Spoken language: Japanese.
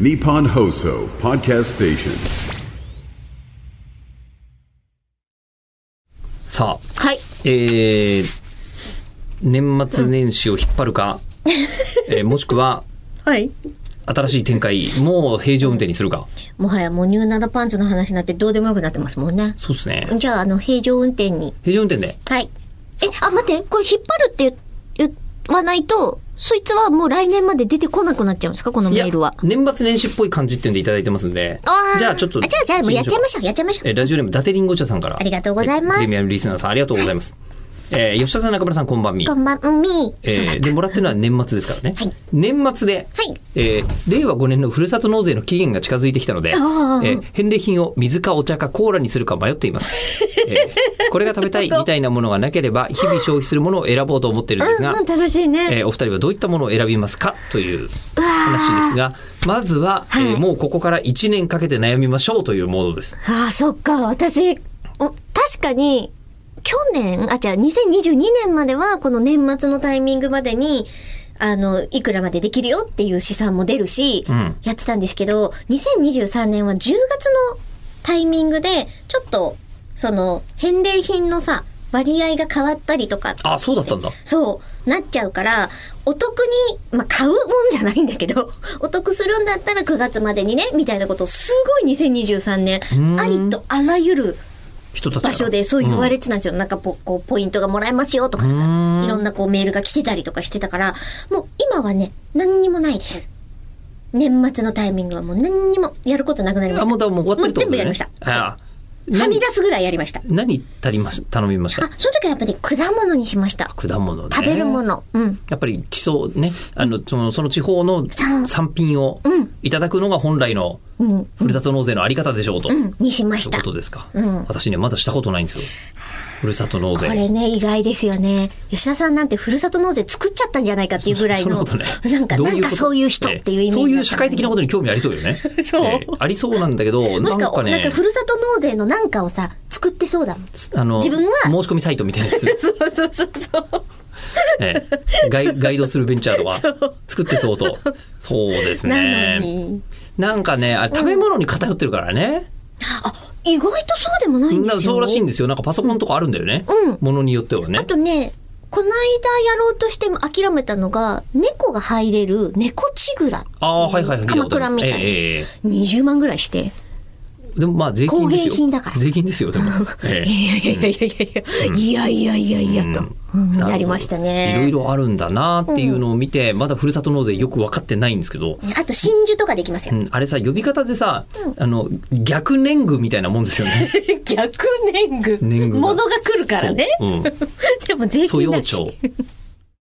Nippon Hoso Podcast Station. さあ、はい。えー、年末年始を引っ張るか、えーもしくははい。新しい展開、もう平常運転にするか。もはやもうニューナナパンツの話になってどうでもよくなってますもんね。そうですね。じゃあ、あの、平常運転に。平常運転で。はい。え、あ、待って、これ引っ張るって言言わないと、そいつはもう来年まで出てこなくなっちゃうんですかこのいメやールは。年末年始っぽい感じっていうんでいただいてますんであー、じゃあちょっと。じゃあ、じゃあ、もうやっちゃいましょう。やっちゃいましょう。えーラジオネーム、伊達りんご茶さんから。ありがとうございえーますプレミアムリスナーさん、ありがとうございます。えー吉田さん、中村さん、こんばんみこ。んばんみ。えそうだーで、もらってるのは年末ですからね。はい年末で、はいえー令和5年のふるさと納税の期限が近づいてきたので、えあーー返礼品を水かお茶かコーラにするか迷っています。えーこれが食べたいみたいなものがなければ、日々消費するものを選ぼうと思ってるんですがうん、うん、楽しいね。えーお二人はどういったものを選びますかという話ですが、まずは、えーもうここから1年かけて悩みましょうというものです。ああ、そっか。私、お確かに、去年、あ、じゃあ2022年までは、この年末のタイミングまでに、あの、いくらまでできるよっていう試算も出るし、んやってたんですけど、2023年は10月のタイミングで、ちょっと、その、返礼品のさ、割合が変わったりとか、あ、そうだったんだ。そう、なっちゃうから、お得に、まあ、買うもんじゃないんだけど、 お得するんだったら9月までにね、みたいなことをすごい2023年、ありとあらゆる人たちから場所でそう言われてたんですよ。なんかぽこう、ポイントがもらえますよとか、なんかいろんなこうメールが来てたりとかしてたから、もう今はね、何にもないです。年末のタイミングはもう何にもやることなくなりましあ、た。もうだからもう終わってるってこともう全部やりました。あーはみ何出、すぐらいやりました。あ、何頼みまし頼みましたその時はやっぱり果物にしました。果物ね。食べるもの。うん。やっぱり地層ね、あの、その、その地方のそう産品をいただくのが本来のうん。ふるさと納税のあり方でしょうと。う。いうんにしましこた。とですか、うん私ねまだしたことないんですよふるさと納税これね、意外ですよね。吉田さんなんてふるさと納税作っちゃったんじゃないかっていうぐらいそんなの、ことねなんか、どなんこかとそういう人っていうえイメージ、。えそういう社会的なこととに興味ありそうよねそうありそうなんだけどもしくなんかは、ねなんかふるさと納税のなんかをさ、作ってそうだもん。あの自分は申し込みサイトみたいなやつ、 そうそうそうそう。ええガイガイドするベンチャーとか作ってそうとそうですなのねに。なんかねあれ食べ物に偏ってるからね、あ、意外とそうでもないんでなんすよ。かそうらしいんですよなんかパソコンとかあるんだよね、うんものによってはねあとね、この間やろうとして諦めたのが、猫が入れる猫チグラ。ああはいはいはい聞いた鎌ことあ倉りまみすたいえな。ええええ20万ぐらいして。えでもまあ税金ですよ工芸品だから税金ですよでも、 ええいやいやいやいやいやいやいやいやいやと、うんるほどなりましたね。いろいろあるんだなっていうのを見て、まだふるさと納税よく分かってないんですけど、あと真珠とかできますうよ。ん、あれさ呼び方でさ、あの逆年貢みたいなもんですよね。逆年貢。年貢が 物が来るからね。そううん、 でも税素金養だし。帳